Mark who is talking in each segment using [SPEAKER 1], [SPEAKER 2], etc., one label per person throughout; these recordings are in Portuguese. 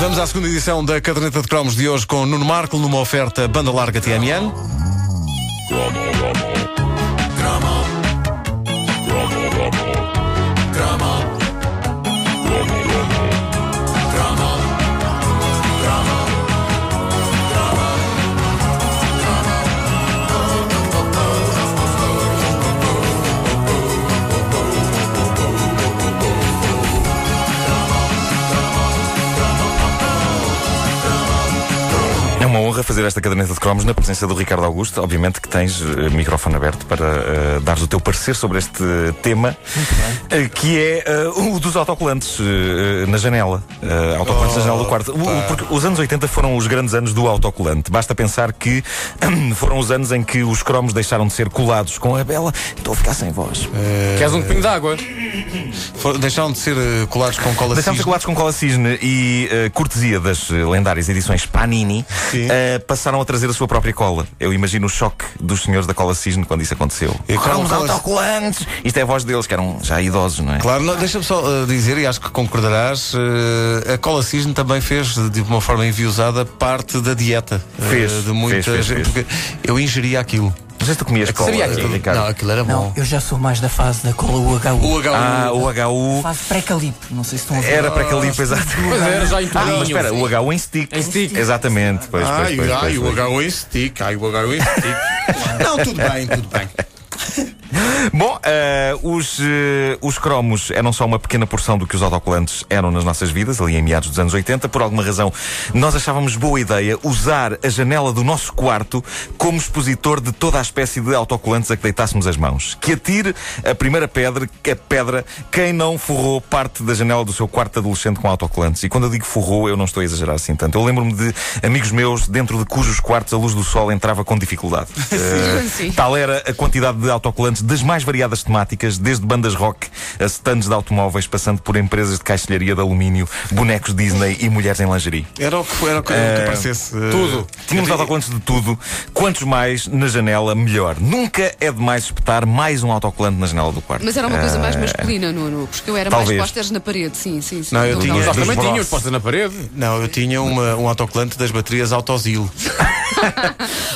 [SPEAKER 1] Vamos à segunda edição da Caderneta de Cromos de hoje com Nuno Marco numa oferta banda larga TMN.
[SPEAKER 2] É uma honra fazer esta caderneta de cromos na presença do Ricardo Augusto. Obviamente que tens eh, microfone aberto para eh, dares o teu parecer sobre este eh, tema, eh, que é eh, o dos autocolantes eh, eh, na janela. Eh, autocolantes na janela do quarto. O- o- porque os anos 80 foram os grandes anos do autocolante. Basta pensar que foram os anos em que os cromos deixaram de ser colados com a bela. Estou a ficar sem voz.
[SPEAKER 3] Queres um copinho de água?
[SPEAKER 1] For- Deixaram de ser eh, colados com cola
[SPEAKER 2] Deixámos
[SPEAKER 1] cisne.
[SPEAKER 2] chocolates com cola cisne e eh, cortesia das eh, lendárias edições Panini
[SPEAKER 1] Sim.
[SPEAKER 2] eh, passaram a trazer a sua própria cola. Eu imagino o choque dos senhores da cola cisne quando isso aconteceu.
[SPEAKER 1] E cola-
[SPEAKER 2] Cromos
[SPEAKER 1] cola-
[SPEAKER 2] autocolantes! Isto é a voz deles, que eram já idosos, não é?
[SPEAKER 1] Claro, não, deixa-me só eh, dizer, e acho que concordarás, eh, a cola cisne também fez, de uma forma enviosada, parte da dieta eh,
[SPEAKER 2] Fez,
[SPEAKER 1] de muita
[SPEAKER 2] fez, fez,
[SPEAKER 1] gente.
[SPEAKER 2] fez.
[SPEAKER 1] Porque eu ingeria aquilo.
[SPEAKER 2] Não sei se tu comias cola,
[SPEAKER 3] seria aquilo?
[SPEAKER 2] eh, Ricardo.
[SPEAKER 1] Não, aquilo é era
[SPEAKER 4] Não,
[SPEAKER 1] bom.
[SPEAKER 4] eu já sou mais da fase da cola UHU.
[SPEAKER 1] O H1.
[SPEAKER 2] Ah, o HU
[SPEAKER 4] Fase pré-calipe. Não sei se estão a ver.
[SPEAKER 2] era para aquele lipo, exato.
[SPEAKER 3] Pois era, já em
[SPEAKER 2] Ah, mas
[SPEAKER 3] tubinho.
[SPEAKER 2] espera, o HU em stick.
[SPEAKER 3] Em stick.
[SPEAKER 2] Exatamente, pois, pois,
[SPEAKER 5] Ai,
[SPEAKER 2] pois,
[SPEAKER 5] ai,
[SPEAKER 2] pois,
[SPEAKER 5] o
[SPEAKER 2] pois.
[SPEAKER 5] HO em stick, ai, o HO em stick. Não, tudo bem, tudo bem.
[SPEAKER 2] Bom, eh, os, eh, os cromos eram só uma pequena porção do que os autocolantes eram nas nossas vidas, ali em meados dos anos 80. Por alguma razão, nós achávamos boa ideia usar a janela do nosso quarto como expositor de toda a espécie de autocolantes a que deitássemos as mãos. Que atire a primeira pedra, a pedra quem não forrou parte da janela do seu quarto adolescente com autocolantes. E quando eu digo forrou, eu não estou a exagerar assim tanto. Eu lembro-me de amigos meus dentro de cujos quartos a luz do sol entrava com dificuldade. Eh, Tal era a quantidade de autocolantes das mais variadas temáticas, desde bandas rock a stands de automóveis, passando por empresas de caixilharia de alumínio, bonecos Disney e mulheres em lingerie.
[SPEAKER 1] Era o que, era o que, o que aparecesse. eh,
[SPEAKER 3] Tudo.
[SPEAKER 2] Tínhamos autocolantes de tudo. Quantos mais na janela, melhor. Nunca é demais espetar mais um autocolante na janela do quarto.
[SPEAKER 6] Mas era uma coisa mais
[SPEAKER 2] Eh,
[SPEAKER 6] masculina, Nuno, porque eu era
[SPEAKER 2] talvez.
[SPEAKER 6] mais posters na parede, sim, sim, sim.
[SPEAKER 1] Não, eu tinha-
[SPEAKER 3] Nós
[SPEAKER 2] dos
[SPEAKER 3] também
[SPEAKER 2] vossos.
[SPEAKER 3] tínhamos postas na parede.
[SPEAKER 1] Não, eu tinha uma- um autocolante das baterias Autosil.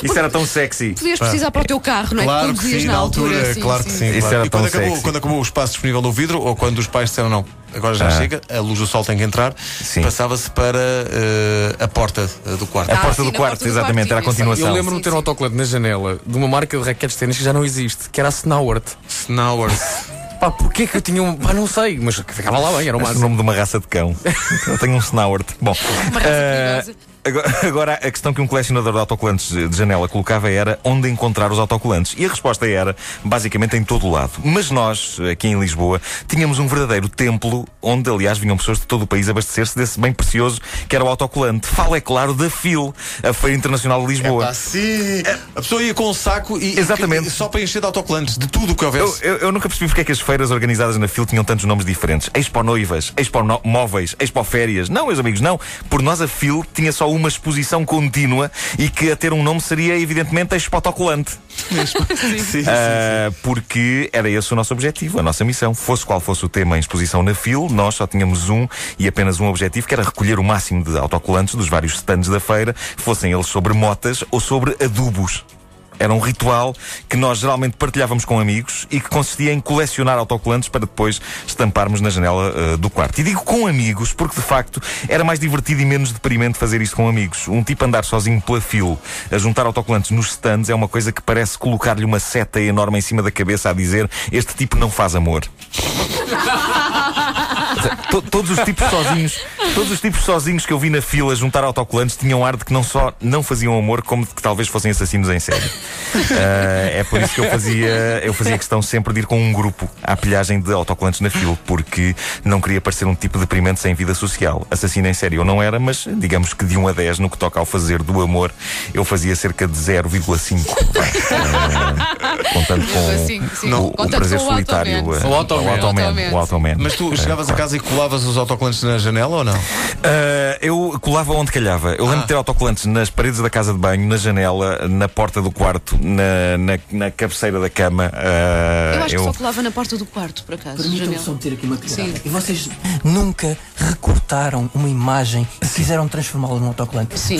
[SPEAKER 2] Isso era tão sexy.
[SPEAKER 6] Podias precisar para o teu carro, não é?
[SPEAKER 1] Claro que
[SPEAKER 6] Conduzias
[SPEAKER 1] sim, na altura,
[SPEAKER 6] sim,
[SPEAKER 1] claro que sim.
[SPEAKER 2] Isso
[SPEAKER 1] claro.
[SPEAKER 2] era
[SPEAKER 1] e quando
[SPEAKER 2] tão
[SPEAKER 1] acabou,
[SPEAKER 2] sexy.
[SPEAKER 1] quando acabou o espaço disponível no vidro, ou quando os pais disseram não, agora já chega, a luz do sol tem que entrar,
[SPEAKER 2] Ah. Sim.
[SPEAKER 1] passava-se para eh, a porta eh, do quarto.
[SPEAKER 2] A
[SPEAKER 6] Ah,
[SPEAKER 2] porta
[SPEAKER 6] sim,
[SPEAKER 2] do
[SPEAKER 6] na
[SPEAKER 2] quarto,
[SPEAKER 6] porta do
[SPEAKER 2] exatamente,
[SPEAKER 6] quarto,
[SPEAKER 2] era a
[SPEAKER 6] sim, eu sei.
[SPEAKER 2] continuação.
[SPEAKER 3] Eu lembro-me de ter um
[SPEAKER 6] Sim,
[SPEAKER 3] autocolante na janela de uma marca de raquetes de ténis que já não existe, que era a Snowart.
[SPEAKER 1] Snowers.
[SPEAKER 3] Pá, porquê que eu tinha um. Pá, não sei, mas ficava lá bem, era uma.
[SPEAKER 2] Mas o nome de uma raça de cão. Eu tenho um Snowart. Bom.
[SPEAKER 6] Uma raça
[SPEAKER 2] eh,
[SPEAKER 6] perigosa.
[SPEAKER 2] agora- Agora, a questão que um colecionador de autocolantes eh, de janela colocava era onde encontrar os autocolantes. E a resposta era, basicamente, em todo o lado. Mas nós, aqui em Lisboa, tínhamos um verdadeiro templo onde, aliás, vinham pessoas de todo o país abastecer-se desse bem precioso que era o autocolante. Fala, é claro, da FIL, a Feira Internacional de Lisboa.
[SPEAKER 5] Assim.
[SPEAKER 1] a pessoa ia com um saco e, e-
[SPEAKER 2] É. Exatamente.
[SPEAKER 1] e só para encher de autocolantes, de tudo o que
[SPEAKER 2] Eu,
[SPEAKER 1] houvesse.
[SPEAKER 2] eu- eu nunca percebi porque é que as feiras organizadas na FIL tinham tantos nomes diferentes. Expo noivas, expo no- móveis, expo férias. Não, meus amigos, não. Por nós a FIL tinha só uma exposição contínua e que a ter um nome seria, evidentemente, Expo Autocolante.
[SPEAKER 1] Sim,
[SPEAKER 2] Ah, porque era esse o nosso objetivo, a nossa missão. Fosse qual fosse o tema em exposição na FIL, nós só tínhamos um e apenas um objetivo, que era recolher o máximo de autocolantes dos vários stands da feira, fossem eles sobre motas ou sobre adubos. Era um ritual que nós geralmente partilhávamos com amigos e que consistia em colecionar autocolantes para depois estamparmos na janela ah, do quarto. E digo com amigos porque, de facto, era mais divertido e menos deprimente fazer isto com amigos. Um tipo andar sozinho pela fila a juntar autocolantes nos stands é uma coisa que parece colocar-lhe uma seta enorme em cima da cabeça a dizer este tipo não faz amor. To- todos os tipos sozinhos, todos os tipos sozinhos que eu vi na fila juntar autocolantes tinham ar de que não só não faziam amor, como de que talvez fossem assassinos em série. Ah, é por isso que eu fazia, eu fazia questão sempre de ir com um grupo à pilhagem de autocolantes na fila, porque não queria parecer um tipo deprimente sem vida social. Assassino em série eu não era, mas digamos que de 1 a 10 no que toca ao fazer do amor, eu fazia cerca de 0,5. Ah, contando
[SPEAKER 6] Sim,
[SPEAKER 2] com
[SPEAKER 6] sim.
[SPEAKER 2] o- o,
[SPEAKER 6] Contando
[SPEAKER 2] prazer
[SPEAKER 6] com o
[SPEAKER 2] solitário.
[SPEAKER 6] Automan.
[SPEAKER 2] ah,
[SPEAKER 3] O Automan.
[SPEAKER 2] O Automan.
[SPEAKER 1] Mas tu chegavas a casa e colavas os autocolantes na janela ou não?
[SPEAKER 2] Ah, eu colava onde calhava. Eu
[SPEAKER 4] Ah.
[SPEAKER 2] lembro de ter autocolantes nas paredes da casa de banho, na janela, na porta do quarto, na, na, na cabeceira da cama. Ah,
[SPEAKER 6] Eu acho que só colava na porta do quarto, por acaso.
[SPEAKER 4] Permitam-me
[SPEAKER 6] janela.
[SPEAKER 4] só meter aqui uma piada.
[SPEAKER 6] Sim.
[SPEAKER 4] E vocês nunca recortaram uma imagem e quiseram transformá-la num autocolante.
[SPEAKER 6] Sim.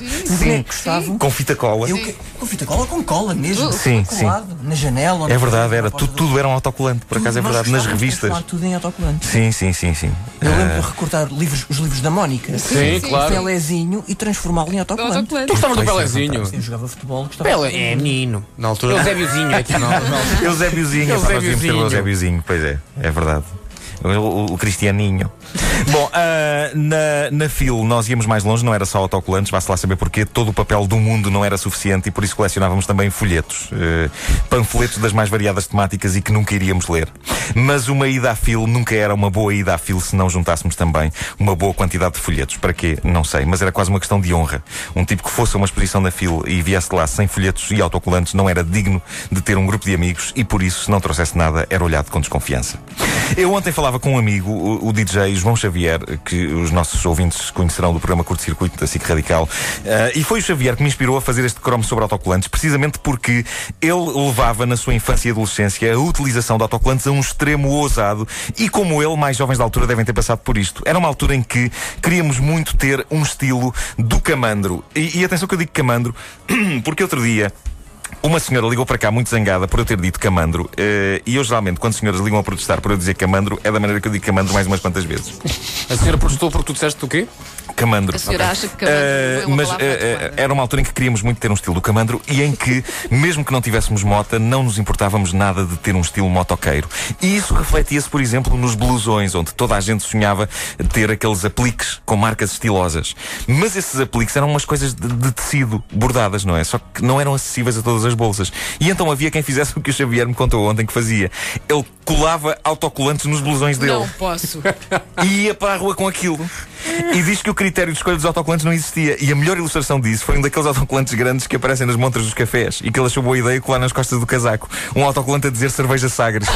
[SPEAKER 6] Sim.
[SPEAKER 4] Sim, Gustavo.
[SPEAKER 2] Com fita cola.
[SPEAKER 4] Eu que, com fita cola, com cola mesmo.
[SPEAKER 2] Sim, sim.
[SPEAKER 4] colado, na janela.
[SPEAKER 2] É verdade, era. Tudo, tudo era um autocolante, por acaso é verdade. Nas revistas. É.
[SPEAKER 4] tudo em autocolante.
[SPEAKER 2] Sim, sim, sim, sim. Eh,
[SPEAKER 4] Eu lembro de recortar livros, os livros da Mónica.
[SPEAKER 3] Sim,
[SPEAKER 4] O
[SPEAKER 3] claro.
[SPEAKER 4] Pelezinho e transformá-lo em autocolante.
[SPEAKER 3] Tu gostavas
[SPEAKER 2] é
[SPEAKER 3] do Pelezinho?
[SPEAKER 4] Eu jogava futebol, gostava
[SPEAKER 3] Pela é menino. é
[SPEAKER 1] Na altura.
[SPEAKER 3] Eusébiozinho aqui não.
[SPEAKER 2] Eusébiozinho, é pá, nós devíamos ter o Eusébiozinho, pois é, é verdade. O, o- o Cristianinho. Bom, ah, na, na FIL nós íamos mais longe, não era só autocolantes, vá-se lá saber porquê. Todo o papel do mundo não era suficiente e por isso colecionávamos também folhetos, eh, panfletos das mais variadas temáticas e que nunca iríamos ler. Mas uma ida à FIL nunca era uma boa ida à FIL se não juntássemos também uma boa quantidade de folhetos. Para quê? Não sei, mas era quase uma questão de honra. Um tipo que fosse a uma exposição na FIL e viesse de lá sem folhetos e autocolantes não era digno de ter um grupo de amigos e por isso, se não trouxesse nada, era olhado com desconfiança. Eu ontem falava com um amigo, o, o DJ João Xavier, que os nossos ouvintes conhecerão do programa Curto Circuito da SIC Radical, eh, e foi o Xavier que me inspirou a fazer este cromo sobre autocolantes, precisamente porque ele levava na sua infância e adolescência a utilização de autocolantes a um extremo ousado e, como ele, mais jovens da altura devem ter passado por isto. Era uma altura em que queríamos muito ter um estilo do camandro. E, e atenção que eu digo camandro, porque outro dia. Uma senhora ligou para cá muito zangada por eu ter dito camandro. eh, e eu geralmente, quando senhoras ligam a protestar por eu dizer camandro, é da maneira que eu digo camandro mais umas quantas vezes.
[SPEAKER 3] A senhora protestou porque tu disseste o quê?
[SPEAKER 2] Camandro.
[SPEAKER 6] A senhora
[SPEAKER 2] Ok.
[SPEAKER 6] acha que camandro
[SPEAKER 2] Eh,
[SPEAKER 6] foi uma
[SPEAKER 2] mas
[SPEAKER 6] palavra
[SPEAKER 2] eh,
[SPEAKER 6] adequada.
[SPEAKER 2] era uma altura em que queríamos muito ter um estilo do camandro e em que, mesmo que não tivéssemos mota, não nos importávamos nada de ter um estilo motoqueiro. E isso refletia-se, por exemplo, nos blusões, onde toda a gente sonhava ter aqueles apliques com marcas estilosas. Mas esses apliques eram umas coisas de, de tecido bordadas, não é? Só que não eram acessíveis a todas as bolsas. E então havia quem fizesse o que o Xavier me contou ontem que fazia. Ele colava autocolantes nos blusões é dele
[SPEAKER 6] Não posso.
[SPEAKER 2] e ia para a rua com aquilo. E diz que o critério de escolha dos autocolantes não existia. E a melhor ilustração disso foi um daqueles autocolantes grandes que aparecem nas montras dos cafés e que ele achou boa ideia colar nas costas do casaco. Um autocolante a dizer cerveja Sagres.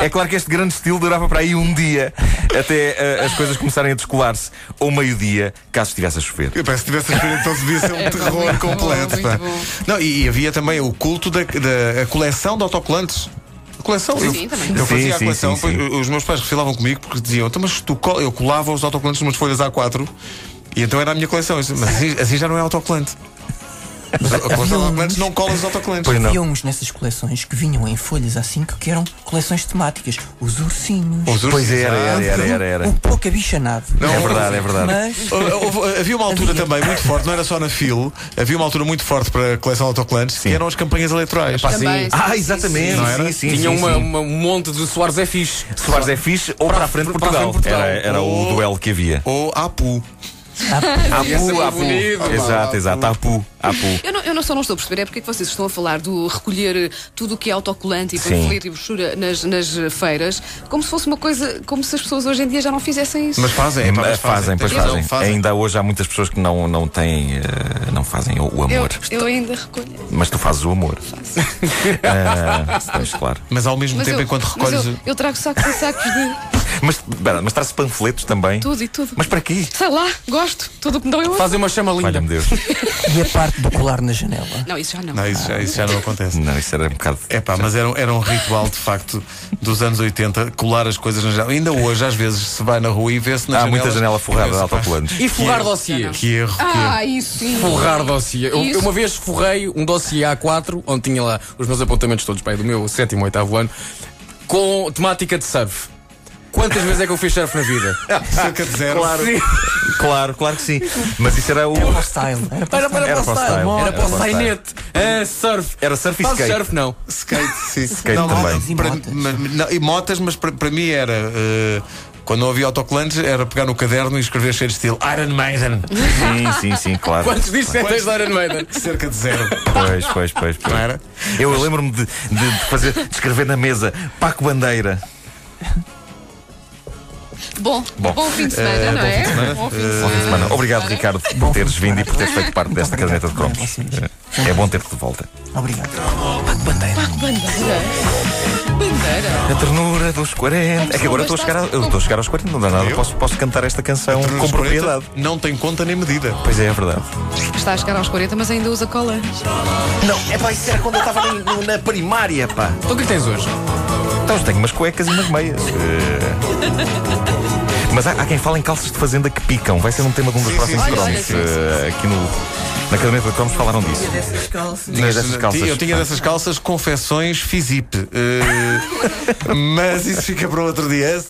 [SPEAKER 2] é claro que este grande estilo durava para aí um dia até eh, as coisas começarem a descolar-se. Ou meio-dia, caso estivesse a chover.
[SPEAKER 1] Eu penso que tivesse a experiência, então devia ser um
[SPEAKER 6] É,
[SPEAKER 1] terror
[SPEAKER 6] muito bom,
[SPEAKER 1] completo.
[SPEAKER 6] muito
[SPEAKER 1] pá.
[SPEAKER 6] bom.
[SPEAKER 1] Não, e, e havia também o culto da, da- a coleção de autocolantes. A coleção,
[SPEAKER 6] Sim,
[SPEAKER 1] eu,
[SPEAKER 6] sim, também.
[SPEAKER 1] eu fazia
[SPEAKER 2] Sim,
[SPEAKER 1] a
[SPEAKER 2] sim,
[SPEAKER 1] coleção,
[SPEAKER 2] sim,
[SPEAKER 1] pois,
[SPEAKER 2] sim.
[SPEAKER 1] os meus pais refilavam comigo porque diziam, então, mas tu col-" eu colava os autocolantes numas folhas A4 e então era a minha coleção. Eu disse, Mas assim, assim já não é autocolante. Mas a coleção de autocolantes não cola os autocolantes.
[SPEAKER 2] Pois não.
[SPEAKER 4] Havia uns nessas coleções que vinham em folhas assim que eram coleções temáticas. Os ursinhos.
[SPEAKER 1] Os ursos-
[SPEAKER 2] Pois era, era, era, era.
[SPEAKER 4] O
[SPEAKER 2] era.
[SPEAKER 4] pouco abichanado.
[SPEAKER 2] É verdade, é verdade.
[SPEAKER 4] Mas
[SPEAKER 1] Ah, houve- Havia uma altura
[SPEAKER 4] Havia.
[SPEAKER 1] também muito forte, não era só na FIL, havia uma altura muito forte para a coleção de autocolantes, que eram as campanhas eleitorais.
[SPEAKER 6] Também, sim,
[SPEAKER 2] Ah,
[SPEAKER 6] sim,
[SPEAKER 2] exatamente.
[SPEAKER 1] Não era?
[SPEAKER 2] Sim, sim,
[SPEAKER 3] Tinha
[SPEAKER 2] sim,
[SPEAKER 3] uma,
[SPEAKER 2] sim.
[SPEAKER 3] uma- um monte de Soares é fixe.
[SPEAKER 2] Soares é fixe ou para, a frente de
[SPEAKER 3] para a frente
[SPEAKER 2] Portugal. Oh.
[SPEAKER 3] de Portugal.
[SPEAKER 2] Era, era o
[SPEAKER 1] Ou-
[SPEAKER 2] duelo que havia.
[SPEAKER 1] Ou APU.
[SPEAKER 3] Apu,
[SPEAKER 2] Apu,
[SPEAKER 3] é
[SPEAKER 2] Apu.
[SPEAKER 3] bonito, pá.
[SPEAKER 2] Exato, exato. Apu, Apu.
[SPEAKER 6] Eu, não, eu não só não estou a perceber é porque é que vocês estão a falar do recolher eh, tudo o que é autocolante e
[SPEAKER 2] Sim.
[SPEAKER 6] panfleto e brochura nas, nas eh, feiras, como se fosse uma coisa, como se as pessoas hoje em dia já não fizessem isso.
[SPEAKER 1] Mas fazem, é, pá,
[SPEAKER 2] Mas
[SPEAKER 1] mas
[SPEAKER 2] fazem, pois
[SPEAKER 1] Tens razão,
[SPEAKER 2] fazem. Ainda hoje há muitas pessoas que não, não têm, eh, não fazem o, o
[SPEAKER 6] eu,
[SPEAKER 2] amor. Um
[SPEAKER 6] eu ainda recolho.
[SPEAKER 2] Mas tu fazes o amor. Ah, pois, claro.
[SPEAKER 1] Mas ao mesmo
[SPEAKER 6] Mas
[SPEAKER 1] tempo,
[SPEAKER 6] eu,
[SPEAKER 1] enquanto
[SPEAKER 6] mas
[SPEAKER 1] recolhes.
[SPEAKER 6] eu, eu trago sacos e sacos de
[SPEAKER 2] Mas, pera, mas traz panfletos também.
[SPEAKER 6] tudo e tudo.
[SPEAKER 2] Mas para quê?
[SPEAKER 6] Sei lá, gosto. Tudo o que me dão eu.
[SPEAKER 3] Fazem uma chama linda.
[SPEAKER 2] Valha-me Deus.
[SPEAKER 4] e a parte do colar na janela.
[SPEAKER 6] Não, isso já não.
[SPEAKER 1] Não, isso já, isso já não acontece.
[SPEAKER 2] Não, isso era um bocado.
[SPEAKER 1] É pá, mas era, um- era um ritual de facto dos anos 80, colar as coisas na janela. Ainda hoje, às vezes, se vai na rua e vê-se na
[SPEAKER 2] Há muita janela forrada de autocolantes.
[SPEAKER 3] E forrar dossiês.
[SPEAKER 1] Que erro, que erro.
[SPEAKER 6] Ah, isso sim.
[SPEAKER 2] é?
[SPEAKER 3] Forrar dossiê. Eu,
[SPEAKER 6] Isso.
[SPEAKER 3] eu uma vez forrei um dossiê A4, onde tinha lá os meus apontamentos todos, pai, do meu sétimo, oitavo ano, com temática de surf. Quantas vezes é que eu fiz surf na vida?
[SPEAKER 1] Ah, Cerca de zero.
[SPEAKER 2] Claro, claro, claro que sim. Mas isso era o.
[SPEAKER 4] Era para o style. Era para o
[SPEAKER 2] Era
[SPEAKER 4] style.
[SPEAKER 3] Era para, era
[SPEAKER 2] para o
[SPEAKER 3] para,
[SPEAKER 2] style.
[SPEAKER 3] Era
[SPEAKER 2] Era
[SPEAKER 3] para
[SPEAKER 2] para
[SPEAKER 3] o
[SPEAKER 2] o style.
[SPEAKER 3] sainete. É surf.
[SPEAKER 2] Era surf e
[SPEAKER 3] Faz
[SPEAKER 2] skate.
[SPEAKER 3] surf, não.
[SPEAKER 1] Skate, sim.
[SPEAKER 2] Skate
[SPEAKER 1] não,
[SPEAKER 2] também.
[SPEAKER 1] motas, para-
[SPEAKER 4] E motas.
[SPEAKER 1] mas- não, e motas, mas para, para mim era. eh, quando não havia autocolantes, era pegar no caderno e escrever cheio de estilo. Iron Maiden.
[SPEAKER 2] Sim, sim, sim, claro.
[SPEAKER 3] Quantos discos é que tens da Iron Maiden?
[SPEAKER 1] Cerca de zero.
[SPEAKER 2] Pois, pois, pois. pois.
[SPEAKER 1] Não era?
[SPEAKER 2] Eu lembro-me de, de fazer, de escrever na mesa Paco Bandeira.
[SPEAKER 6] Bom,
[SPEAKER 2] Bom,
[SPEAKER 6] bom, fim de semana, não é? Bom fim de
[SPEAKER 2] Bom fim de semana. Obrigado,
[SPEAKER 6] Ora.
[SPEAKER 2] Ricardo, por teres vindo e por teres feito parte desta
[SPEAKER 4] Obrigado.
[SPEAKER 2] caderneta de cromos.
[SPEAKER 4] Obrigado a vocês.
[SPEAKER 2] É bom ter-te de volta.
[SPEAKER 4] Obrigado. Paco Bandeira.
[SPEAKER 6] Bandeira. Bandeira.
[SPEAKER 2] A ternura dos 40. É que agora estou a chegar, a- eu estou a chegar aos 40, não dá nada. Posso, posso cantar esta canção com propriedade.
[SPEAKER 1] Não tem conta nem medida.
[SPEAKER 2] Pois é, é verdade.
[SPEAKER 6] Está a chegar aos 40, mas ainda usa cola.
[SPEAKER 2] Não, é pá, isso era quando eu estava na, primária, pá.
[SPEAKER 3] Então o que é que tens hoje?
[SPEAKER 2] Então, eu tenho umas cuecas e umas meias. Eh, Mas há, há quem fala em calças de fazenda que picam. Vai ser um tema de um dos
[SPEAKER 1] Sim,
[SPEAKER 2] próximos
[SPEAKER 1] sim, sim,
[SPEAKER 2] cromos.
[SPEAKER 6] sim, sim,
[SPEAKER 2] eh, Aqui no, na caderneta de cromos falaram disso.
[SPEAKER 4] Dessas calças.
[SPEAKER 2] Tinhas dessas calças. Ah.
[SPEAKER 1] Eu tinha dessas calças confecções Fizip. Eh, mas isso fica para outro dia.